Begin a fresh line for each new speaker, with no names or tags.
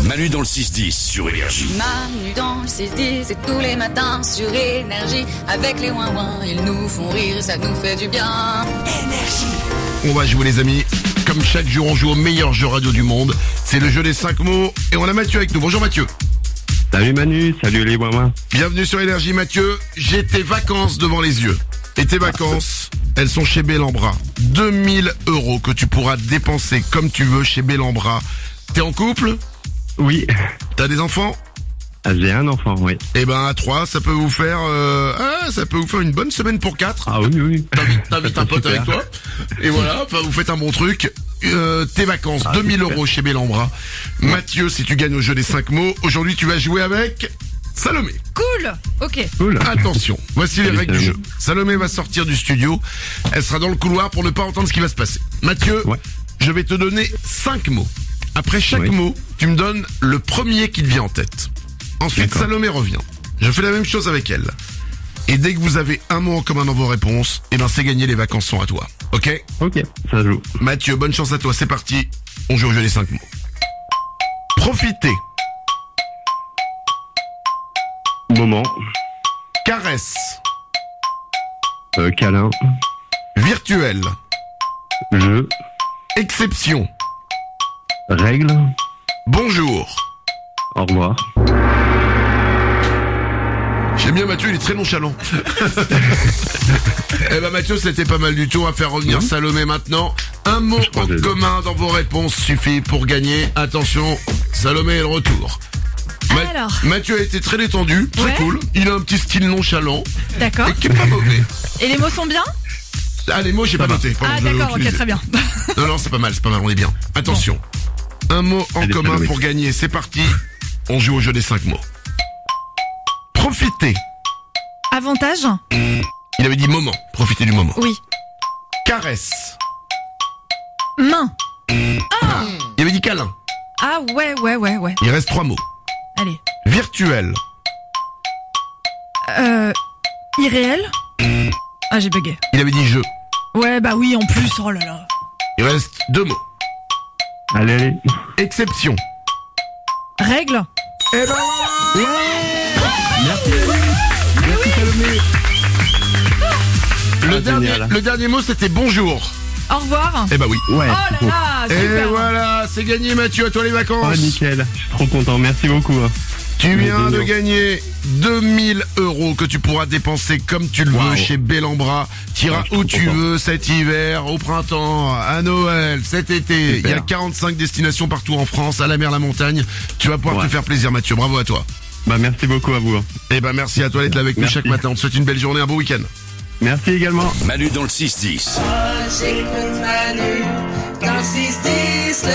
Manu dans le 6-10 sur Énergie.
Manu dans le 6-10, c'est tous les matins sur Énergie. Avec les ouin ils nous font rire, ça nous fait du bien.
On va jouer les amis. Comme chaque jour, on joue au meilleur jeu radio du monde. C'est le jeu des 5 mots et on a Mathieu avec nous. Bonjour Mathieu.
Salut Manu, salut les mamans.
Bienvenue sur Énergie Mathieu. J'ai tes vacances devant les yeux. Et tes vacances, elles sont chez Bellambra. 2000 euros que tu pourras dépenser comme tu veux chez Bellambra. T'es en couple
Oui,
T'as des enfants
Ah, j'ai un enfant, oui.
Eh ben à 3, ça peut vous faire euh, ah, ça peut vous faire une bonne semaine pour 4.
Ah oui, oui.
T'invites t'invites un pote
Super.
avec toi. Et voilà, enfin, vous faites un bon truc. Euh, tes vacances, 2000 euros chez Bellambra. Mathieu, si tu gagnes au jeu des 5 mots, aujourd'hui tu vas jouer avec Salomé.
Cool Ok.
Cool.
Attention, voici les
Salut,
règles du jeu.
Salomé.
Salomé va sortir du studio. Elle sera dans le couloir pour ne pas entendre ce qui va se passer. Mathieu,
Ouais.
je vais te donner 5 mots. Après chaque
Oui.
mot, tu me donnes le premier qui te vient en tête. Ensuite,
D'accord.
Salomé revient. Je fais la même chose avec elle. Et dès que vous avez un mot en commun dans vos réponses, eh ben c'est gagné, les vacances sont à toi. Ok
Ok, ça joue.
Mathieu, bonne chance à toi, c'est parti. On joue au jeu des 5 mots. Profiter,
Moment,
caresse,
euh, câlin,
virtuel,
jeu,
exception,
règle,
bonjour.
au revoir.
J'aime bien Mathieu, il est très nonchalant. eh ben Mathieu, c'était pas mal du tout. On va faire revenir Salomé maintenant. Un mot en
crois que j'ai
commun dans vos réponses suffit pour gagner. Attention, Salomé est le retour. Ma-
Alors.
Mathieu a été très détendu, très
Ouais.
cool. Il a un petit style nonchalant
D'accord.
et qui est pas mauvais.
Et les mots sont bien
Ah les mots j'ai pas noté. Pardon,
Ah
je-
d'accord,
je les ai.
ok, très bien.
Non non c'est pas mal, c'est pas mal, on est bien. Attention, un mot en
Allez,
commun
Salomé.
pour gagner. C'est parti. On joue au jeu des cinq mots. Profiter.
Avantage
Il avait dit moment. Profiter du moment.
Oui.
Caresse.
Main
Il avait dit câlin.
Ah ouais, ouais, ouais, ouais.
Il reste trois mots.
Allez.
Virtuel.
Euh... Irréel Ah j'ai bugué.
Il avait dit jeu.
Ouais, bah oui, en plus, oh là là.
Il reste deux mots.
Allez, allez.
Exception.
Règle
Eh ben
Merci Salomé.
Le,
Ah,
dernier,
génial.
le dernier mot c'était bonjour.
Au revoir
Eh ben oui.
Ouais.
Oh là là,
Et
super
voilà, c'est gagné Mathieu, à toi les
Oh
vacances.
nickel, je suis trop content, merci beaucoup. hein.
tu viens de
Mignon.
gagner 2000 euros que tu pourras dépenser comme tu le veux
Waouh.
chez Bellambra. T'iras
Ouais, je suis
où
trop
tu
content.
veux cet hiver, au printemps, à Noël, cet été. Il
Super.
y a 45 destinations partout en France, à la mer, la montagne. Tu vas pouvoir
Ouais.
te faire plaisir Mathieu, bravo à toi.
Bah merci beaucoup à vous. hein.
Eh ben merci à toi d'être là avec
Merci.
nous chaque matin. On te souhaite une belle journée, un beau week-end.
Merci également.
Manu dans le 6-10.
J'écoute Manu dans le 6-10, le